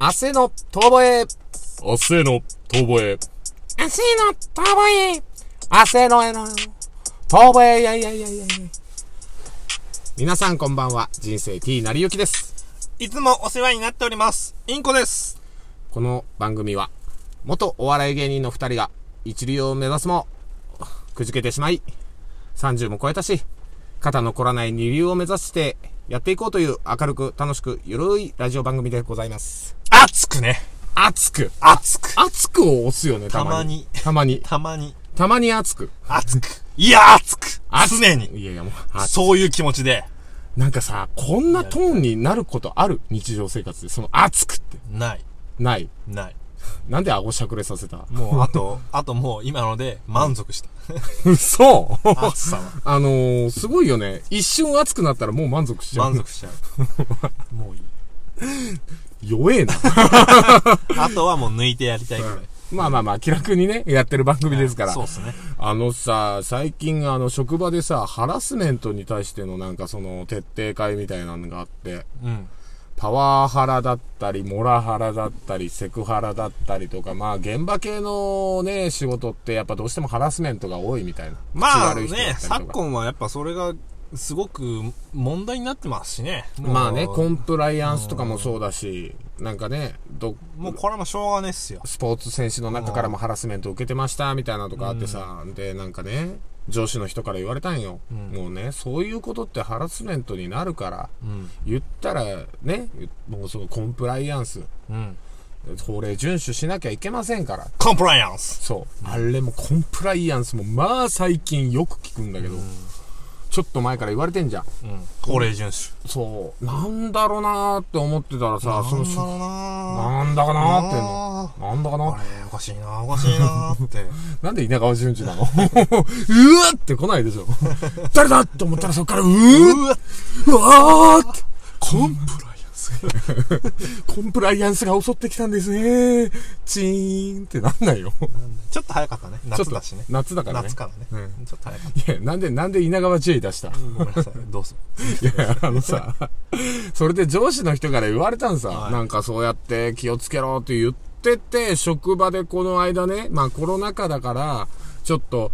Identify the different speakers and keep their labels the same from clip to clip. Speaker 1: 明日への遠吠え。
Speaker 2: 明日への遠吠え。
Speaker 1: 明日への遠吠え。明日へのへの遠吠え。いやいやいやいやいや。皆さんこんばんは。人生 T なりゆきです。
Speaker 3: いつもお世話になっております。インコです。
Speaker 1: この番組は、元お笑い芸人の二人が一流を目指すも、くじけてしまい、30も超えたし、肩の凝らない二流を目指してやっていこうという明るく楽しくゆるいラジオ番組でございます。
Speaker 3: 熱くね。
Speaker 1: 熱く
Speaker 3: 熱く。
Speaker 1: 熱くを押すよね、たまに。たまに。
Speaker 3: たまに。
Speaker 1: たまに熱く。
Speaker 3: 熱く。いや、熱く。常に。
Speaker 1: いやいや、もう、あ
Speaker 3: そういう気持ちで。
Speaker 1: なんかさ、こんなトーンになることある日常生活で、その熱くって。
Speaker 3: ない。
Speaker 1: ない。
Speaker 3: ない。
Speaker 1: なんで顎しゃくれさせた
Speaker 3: もう、あ と、あともう今ので満足した。
Speaker 1: 嘘
Speaker 3: 熱さは。
Speaker 1: あのー、すごいよね。一瞬熱くなったらもう満足しちゃう。
Speaker 3: 満足しちゃ う。もういい。
Speaker 1: 弱えな。
Speaker 3: あとはもう抜いてやりたいぐら い。
Speaker 1: まあまあまあ、気楽にね、やってる番組ですから。
Speaker 3: そうっすね。
Speaker 1: あのさ、最近あの、職場でさ、ハラスメントに対してのなんかその、徹底会みたいなのがあって、
Speaker 3: うん。
Speaker 1: パワーハラだったり、モラハラだったり、セクハラだったりとか、まあ現場系のね、仕事ってやっぱどうしてもハラスメントが多いみたいな。
Speaker 3: まあ
Speaker 1: 口悪い人だ
Speaker 3: ね、
Speaker 1: ったり
Speaker 3: 昨
Speaker 1: とか
Speaker 3: 今はやっぱそれがすごく問題になってますしね。もう
Speaker 1: まあね、コンプライアンスとかもそうだし、なんかね、ど、
Speaker 3: もうこれもしょうがねえっすよ。
Speaker 1: スポーツ選手の中からもハラスメント受けてました、みたいなとかあってさ、で、なんかね、上司の人から言われたんよ。
Speaker 3: ん
Speaker 1: もうね、そういうことってハラスメントになるから、
Speaker 3: うん。
Speaker 1: 言ったらね、もうそのコンプライアンス、
Speaker 3: うん。
Speaker 1: 法令遵守しなきゃいけませんから。
Speaker 3: コンプライアンス。
Speaker 1: そう。あれもコンプライアンスも、まあ最近よく聞くんだけど、ちょっと前から言われてんじゃん。
Speaker 3: うん。法令遵守。
Speaker 1: そう。なんだろうなーって思ってたらさ、その
Speaker 3: なんだろうなぁ
Speaker 1: なんだかなーっての。
Speaker 3: あ
Speaker 1: なんだか
Speaker 3: ーあ
Speaker 1: な
Speaker 3: れ、おかしいな、おかしいなーって。
Speaker 1: なんで稲川淳二なのうわって来ないでしょ。誰だって思ったらそっから、うー
Speaker 3: うわ
Speaker 1: うわーって。コンプライアンス。コンプライアンスが襲ってきたんですね。チーンってなんないよ。
Speaker 3: ちょっと早かったね。
Speaker 1: ちょっ
Speaker 3: 夏
Speaker 1: と
Speaker 3: だしね。
Speaker 1: 夏だからね
Speaker 3: 夏。からね。ちょっと早かっ
Speaker 1: いや、なんで、なんで稲川淳二出した
Speaker 3: た。ごめん なさい。どうぞ。
Speaker 1: いや、あのさ、それで上司の人から言われたんさ、
Speaker 3: はい
Speaker 1: なんかそうやって気をつけろって言ってて、職場でこの間ね、まあコロナ禍だから、ちょっと、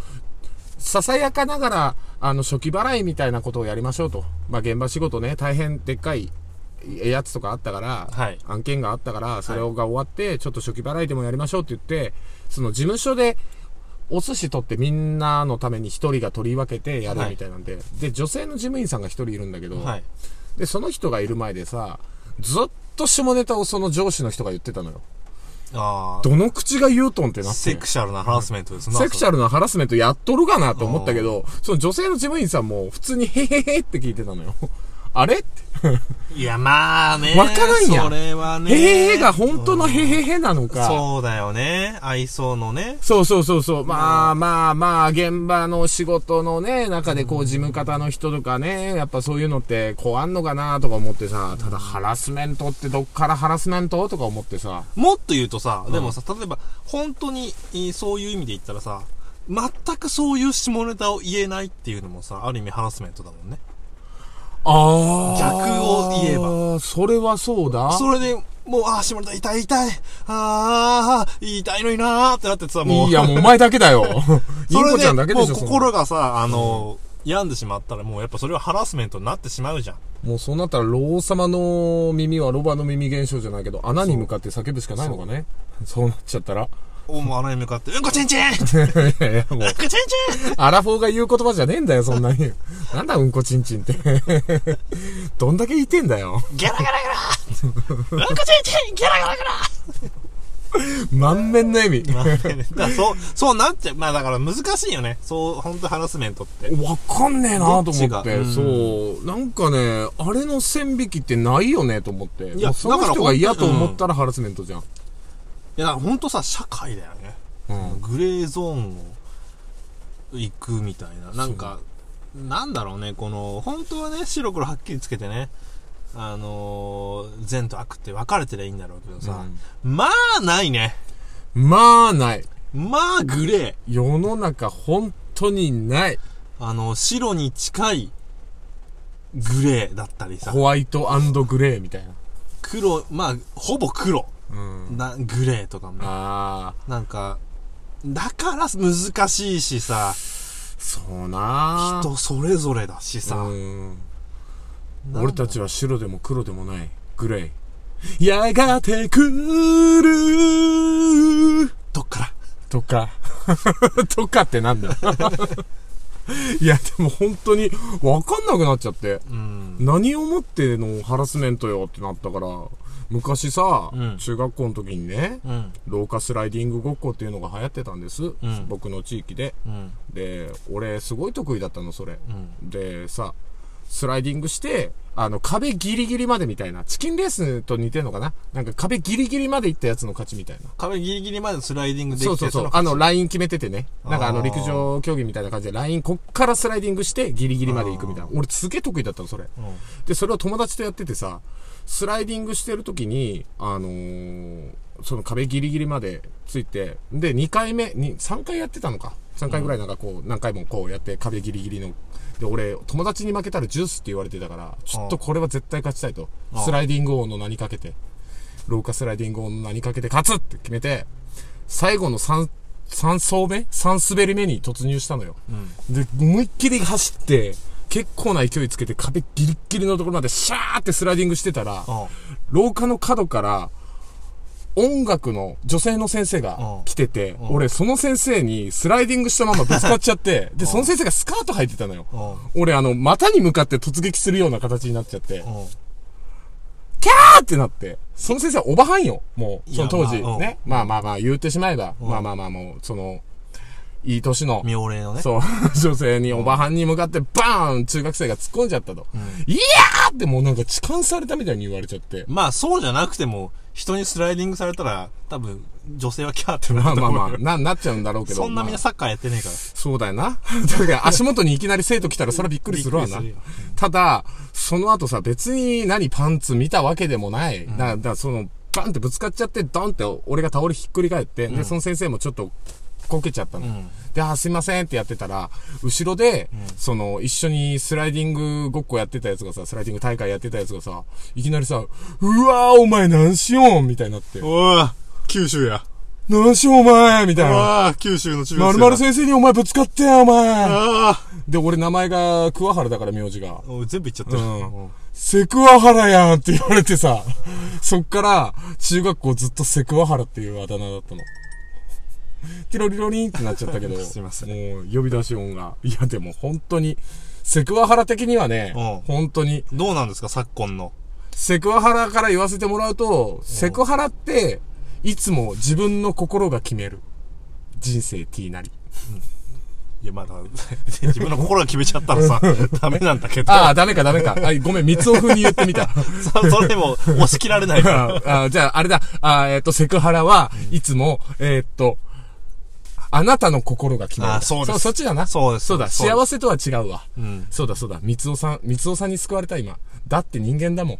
Speaker 1: ささやかながら、あの、初期払いみたいなことをやりましょうと。まあ現場仕事ね、大変でっかいやつとかあったから、
Speaker 3: はい
Speaker 1: 案件があったから、それが終わって、ちょっと初期払いでもやりましょうって言って、その事務所で、お寿司取ってみんなのために一人が取り分けてやるみたいなんで、で、女性の事務員さんが一人いるんだけど、
Speaker 3: はい。
Speaker 1: で、その人がいる前でさ、ずっと下ネタをその上司の人が言ってたのよ。
Speaker 3: あ
Speaker 1: どの口が言うとんってな
Speaker 3: あ、
Speaker 1: って。
Speaker 3: セクシャルなハラスメントですな。
Speaker 1: セクシャルなハラスメントやっとるかなと思ったけど、その女性の事務員さんも普通にへへへって聞いてたのよ。あれって。
Speaker 3: いや、まあね。
Speaker 1: わからんやん
Speaker 3: それはね。
Speaker 1: へへへが本当のへへへなのか。
Speaker 3: そうだよね。愛想のね。
Speaker 1: そうそうそうそう。まあまあまあ、現場の仕事のね、中でこう事務方の人とかね、やっぱそういうのってこうあんのかなとか思ってさ、ただハラスメントってどっからハラスメントとか思ってさ、
Speaker 3: もっと言うとさ、でもさ、例えば、本当に、えーそういう意味で言ったらさ、全くそういう下ネタを言えないっていうのもさ、ある意味ハラスメントだもんね。
Speaker 1: あ
Speaker 3: ー逆を言え
Speaker 1: ば。それはそうだ。
Speaker 3: それで、もう、ああ、下ネタ痛い痛い、ああ、痛いのになーってなってさ、もう。
Speaker 1: いや、もうお前だけだ よ。イン
Speaker 3: それ
Speaker 1: コちゃんだけでしょ、
Speaker 3: もう
Speaker 1: そんな
Speaker 3: 心がさ、あの、病んでしまったら、もうやっぱそれはハラスメントになってしまうじゃん。
Speaker 1: もうそうなったら、老様の耳はロバの耳現象じゃないけど、穴に向かって叫ぶしかないのかね。そうなっちゃ ったら。
Speaker 3: おもう穴に向かって、うんこちんちんうんこちん
Speaker 1: いやいや、もう。
Speaker 3: ちん
Speaker 1: アラフォーが言う言葉じゃねえんだよ、そんなに。 なんだ、うんこちんちんって。 どんだけ言ってんだよ。
Speaker 3: ゲラゲラゲラうんこちんちんゲラゲラゲラ
Speaker 1: 満面の笑み。
Speaker 3: まあねだからそう、そうなっちゃう。まあだから難しいよね。そう、本当ハラスメントって。
Speaker 1: わかんねえなと
Speaker 3: どっ
Speaker 1: 思
Speaker 3: ち
Speaker 1: っ
Speaker 3: が
Speaker 1: て、
Speaker 3: うん
Speaker 1: そう。なんかね、あれの線引きってないよね、と思って。い
Speaker 3: や
Speaker 1: や、その
Speaker 3: だから
Speaker 1: 人が嫌と思ったらハラスメントじゃん。
Speaker 3: いや、だから本当さ、社会だよね。
Speaker 1: うん。
Speaker 3: グレーゾーンを行くみたいな。なんか、なんだろうね、この、本当はね、白黒はっきりつけてね、あのー善と悪って分かれてりゃいいんだろうけどさ、まあ、ないね。
Speaker 1: まあ、ない。
Speaker 3: まあ、グレー。
Speaker 1: 世の中、本当にない。
Speaker 3: あの、白に近い、グレーだったりさ
Speaker 1: ホ、ワイトグレーみたいな。
Speaker 3: 黒、まあ、ほぼ黒。
Speaker 1: うん。
Speaker 3: なグレーとかもね
Speaker 1: ああ、
Speaker 3: なんかだから難しいしさ
Speaker 1: そうな
Speaker 3: 人それぞれだしさ、
Speaker 1: うん
Speaker 3: なん
Speaker 1: 俺たちは白でも黒でもない、グレー。やがて来る
Speaker 3: どっから
Speaker 1: とか。 とかってなんだ いや、でも本当にわかんなくなっちゃって。
Speaker 3: うん
Speaker 1: 何をもってのハラスメントよってなったから、昔さ、
Speaker 3: うん
Speaker 1: 中学校の時にね、
Speaker 3: うん
Speaker 1: 廊下スライディングごっこっていうのが流行ってたんです。
Speaker 3: ん
Speaker 1: 僕の地域で。
Speaker 3: うん
Speaker 1: で、俺すごい得意だったの、それ。
Speaker 3: うん
Speaker 1: で、さ、スライディングして、あの、壁ギリギリまでみたいな。チキンレースと似てんのかななんか壁ギリギリまで行ったやつの勝ちみたいな。
Speaker 3: 壁ギリギリまでスライディングできて
Speaker 1: そうそうそう
Speaker 3: の。
Speaker 1: あの、ライン決めててね。なんかあ
Speaker 3: あ
Speaker 1: の、
Speaker 3: ー
Speaker 1: 陸上競技みたいな感じで、ライン、こっからスライディングして、ギリギリまで行くみたいな。俺すげえ得意だったの、それ。
Speaker 3: うん
Speaker 1: で、それを友達とやっててさ、スライディングしてる時に、あのーその壁ギリギリまでついて、で、2回目、に3回やってたのか。3回ぐらいなんかこう、何回もこうやって壁ギリギリの。で、俺、友達に負けたらジュースって言われてたから、ちょっとこれは絶対勝ちたいと。
Speaker 3: ああ
Speaker 1: スライディング王の名にかけて、廊下スライディング王の名にかけて勝つって決めて、最後の3、3走目 ?3 滑り目に突入したのよ。で、思いっきり走って、結構な勢いつけて壁ギリッギリのところまでシャーってスライディングしてたら、
Speaker 3: う
Speaker 1: 廊下の角から、音楽の女性の先生が来てて、
Speaker 3: ん
Speaker 1: 俺その先生にスライディングしたままぶつかっちゃって、で、その先生がスカート履いてたのよ。
Speaker 3: んうん
Speaker 1: 俺あの、股に向かって突撃するような形になっちゃって、
Speaker 3: うん
Speaker 1: キャーってなって、その先生はおばはんよ、もう、
Speaker 3: い
Speaker 1: そ
Speaker 3: や
Speaker 1: の当時。
Speaker 3: まあうん
Speaker 1: ね。まあまあまあ、言ってしまえば、
Speaker 3: うん
Speaker 1: まあまあまあ、もう、その、いい年の、
Speaker 3: 妙齢のね
Speaker 1: そう、 女性におばはんに向かって、バーン中学生が突っ込んじゃったと。いやーってもうなんか痴漢されたみたいに言われちゃって。
Speaker 3: まあそうじゃなくても人にスライディングされたら多分女性はキャーってな
Speaker 1: まあ
Speaker 3: ると
Speaker 1: まあ
Speaker 3: 思う
Speaker 1: まあ、な、なっちゃうんだろうけど。
Speaker 3: そんなみ
Speaker 1: ま
Speaker 3: んな
Speaker 1: あ
Speaker 3: サッカーやってねえから
Speaker 1: そうだよな。 だから足元にいきなり生徒来たらそれはびっくりするわな
Speaker 3: びっくり。
Speaker 1: ただ、その後さ、別に何パンツ見たわけでもない。だだからその、バンってぶつかっちゃって、ドンって俺が倒れひっくり返って、で、その先生もちょっと、こけちゃったの。
Speaker 3: ん
Speaker 1: で、あ、すいませんってやってたら、後ろで、その、一緒にスライディングごっこやってたやつがさ、スライディング大会やってたやつがさ、いきなりさ、うわーお前なんしよんみたいになって、
Speaker 3: おー九州や
Speaker 1: なんしよんお前みたいな。
Speaker 3: わあ九州の中
Speaker 1: まるまる先生にお前ぶつかってよ、お前
Speaker 3: あ
Speaker 1: で、俺名前が桑原だから、名字が。
Speaker 3: あ全部いっちゃってる
Speaker 1: うんセクワハラやんって言われてさ、そっから、中学校ずっとセクワハラっていうあだ名だったの。ティロリロリンってなっちゃったけど。
Speaker 3: すいません
Speaker 1: もう、呼び出し音が。いや、でも本当に、セクワハラ的にはね、
Speaker 3: う
Speaker 1: 本当に、
Speaker 3: どうなんですか昨今の
Speaker 1: セクワハラから言わせてもらうと、セクハラって、いつも自分の心が決める。人生 T なり。
Speaker 3: いやまだ 自分の心が決めちゃったら さダメなんだけど
Speaker 1: ああ、ダメかダメか。はい、ごめん、三つ尾風に言ってみた。
Speaker 3: そ それでも押し切られないから
Speaker 1: ああじゃあ、あれだ。あえっ、と、セクハラはいつも、えっと、あなたの心が決めるんだ。
Speaker 3: あそうで
Speaker 1: そ
Speaker 3: す
Speaker 1: そっちだな。
Speaker 3: そうで す
Speaker 1: そうだ。
Speaker 3: そうです
Speaker 1: 幸せとは違うわ。
Speaker 3: うん
Speaker 1: そうだ、そうだ。三尾さん、三尾さんに救われた、今。だって人間だもん。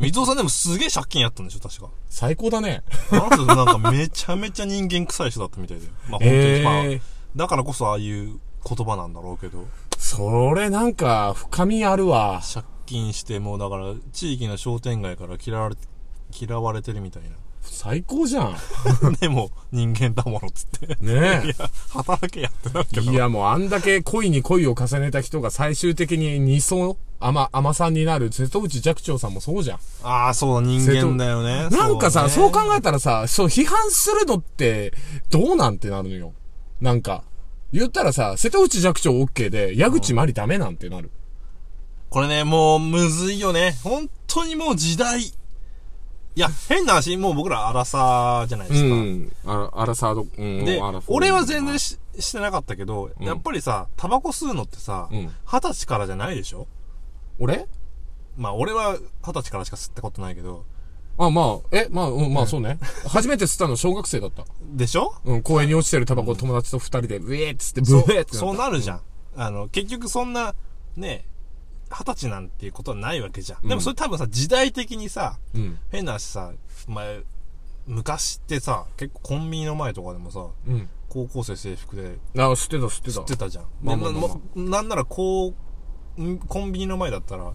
Speaker 3: 水尾さんでもすげえ借金やったんでしょ確か
Speaker 1: 最高だね。
Speaker 3: あの人なんかめちゃめちゃ人間臭い人だったみたいで。まあ本当に、
Speaker 1: えー
Speaker 3: まあ、だからこそああいう言葉なんだろうけど、
Speaker 1: それなんか、深みあるわ。
Speaker 3: 借金してもうだから地域の商店街から嫌われて、嫌われてるみたいな。
Speaker 1: 最高じゃん。
Speaker 3: でも人間だものっつって。
Speaker 1: ねえ。
Speaker 3: 働けやってなるけど。
Speaker 1: いやもうあんだけ恋に恋を重ねた人が最終的に二層甘、甘さんになる瀬戸内寂聴さんもそうじゃん。
Speaker 3: ああ、そうだ、人間だよね。
Speaker 1: なんかさ、そう,、
Speaker 3: ね
Speaker 1: 考えたらさ、そう批判するのって、どうなんてなるのよ。なんか。言ったらさ、瀬戸内寂聴 OK で、矢口まりダメなんてなる。
Speaker 3: これね、もうむずいよね。本当にもう時代。いや、変な話、もう僕ら荒さじゃないですか。。
Speaker 1: あら、アラサード、うん
Speaker 3: で
Speaker 1: アラ、フォー
Speaker 3: 俺は全然ししてなかったけど、やっぱりさ、タバコ吸うのってさ、
Speaker 1: うん
Speaker 3: 二十歳からじゃないでしょ
Speaker 1: 俺
Speaker 3: まあ俺は二十歳からしか吸ったことないけど、
Speaker 1: あ、まあ、え、まあ、うん、まあそうね。初めて吸ったの小学生だった。
Speaker 3: でしょ
Speaker 1: うん、公園に落ちてるタバコを友達と二人で、ウェーっつって、ブ
Speaker 3: そ
Speaker 1: ー
Speaker 3: う
Speaker 1: ってなった。
Speaker 3: そうなるじゃん。あの、結局そんな、ね、二十歳なんていうことはないわけじゃん。でもそれ多分さ、時代的にさ、
Speaker 1: うん。
Speaker 3: 変な話さ、前、昔ってさ、結構コンビニの前とかでもさ、
Speaker 1: うん。
Speaker 3: 高校生制服で
Speaker 1: あ、吸ってた、吸ってた。
Speaker 3: 吸ってたじゃん。
Speaker 1: まあ
Speaker 3: で
Speaker 1: まあまあまあ
Speaker 3: なななんならこう、んコンビニの前だったら、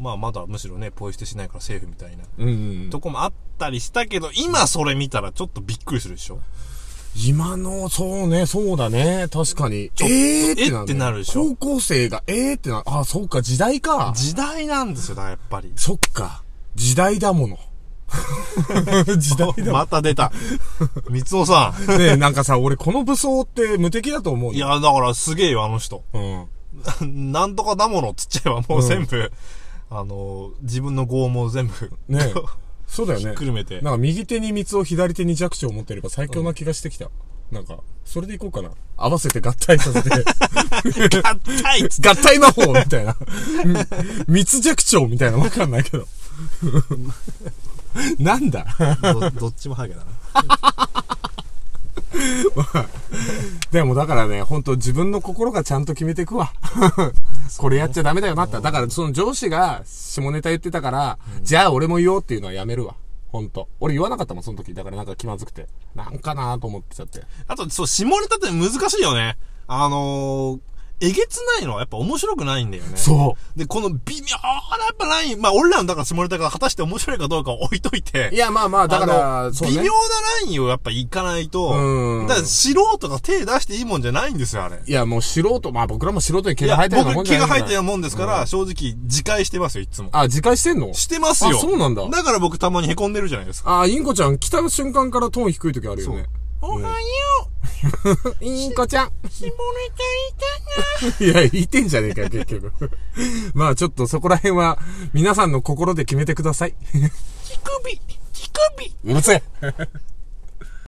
Speaker 3: まあまだむしろね、ポイ捨てしないからセーフみたいな
Speaker 1: うんうん
Speaker 3: とこもあったりしたけど、今それ見たらちょっとびっくりするでしょ
Speaker 1: 今の、そうね、そうだね、確かに。
Speaker 3: ょっと
Speaker 1: えーって
Speaker 3: え
Speaker 1: な
Speaker 3: ってなるでしょ
Speaker 1: 高校生が、えーってなる。あ、そっか、時代か。
Speaker 3: 時代なんですよ、だからやっぱり。
Speaker 1: そっか、時代だもの。 時代だも
Speaker 3: また出た。三尾さ。
Speaker 1: の。ねなんかさ、俺この武装って無敵だと思うんの
Speaker 3: い、や、だからすげえよ、あの人。
Speaker 1: うん。
Speaker 3: なんとかだものっつっちゃえばもう全部、あの、自分の剛毛を全部、
Speaker 1: ね えそうだよね。
Speaker 3: くるめて。
Speaker 1: なんか右手に三つを左手に弱視を持ってれば最強な気がしてきた。なんか、それでいこうかな。合わせて合体させ て、
Speaker 3: 硬いっつっ
Speaker 1: 合体魔法みたいな。三つ弱聴みたいなわかんない けど。なんだ
Speaker 3: てどどっちもハゲだな。
Speaker 1: でもだからね、本当自分の心がちゃんと決めていく わ。これやっちゃダメだよなって。だからその上司が下ネタ言ってたから、じゃあ俺も言おうっていうのはやめるわ。本当俺言わなかったもん、その時。だからなんか気まずくて。なんかなーと思ってちゃって。
Speaker 3: あと、そう、下ネタって難しいよね。あのー、えげつないのはやっぱ面白くないんだよね。
Speaker 1: そう。
Speaker 3: で、この微妙なやっぱライン、まあ俺らのだから下ネタが果たして面白いかどうかを置いといて。
Speaker 1: いや、まあまあ、だか
Speaker 3: あ
Speaker 1: ら、
Speaker 3: の
Speaker 1: そう
Speaker 3: 微
Speaker 1: ね
Speaker 3: 妙な。ラインをやっぱ行かないと、
Speaker 1: うん
Speaker 3: だから素人が手出していいもんじゃないんですよ、あれ。
Speaker 1: いや、もう素人、まあ僕らも素人に毛
Speaker 3: い
Speaker 1: が
Speaker 3: や
Speaker 1: 生えたようなもん
Speaker 3: 僕、
Speaker 1: じ
Speaker 3: 毛
Speaker 1: ゃな
Speaker 3: が
Speaker 1: い
Speaker 3: 生えたような
Speaker 1: も
Speaker 3: もんですから、正直、自戒してますよ、いつも。
Speaker 1: あ、自戒してんの
Speaker 3: してますよ。
Speaker 1: あそうなんだ
Speaker 3: だから僕たまに凹んでるじゃないですか。
Speaker 1: あ、インコちゃん来た瞬間からトーン低い時あるよね。
Speaker 3: おはよ
Speaker 1: インコちゃん。
Speaker 3: う、下ネ
Speaker 1: いや、言ってんじゃねえかよ、結局。 まあちょっとそこら辺は、皆さんの心で決めてください。
Speaker 3: タ痛いな、乳首、乳首。
Speaker 1: うるせえ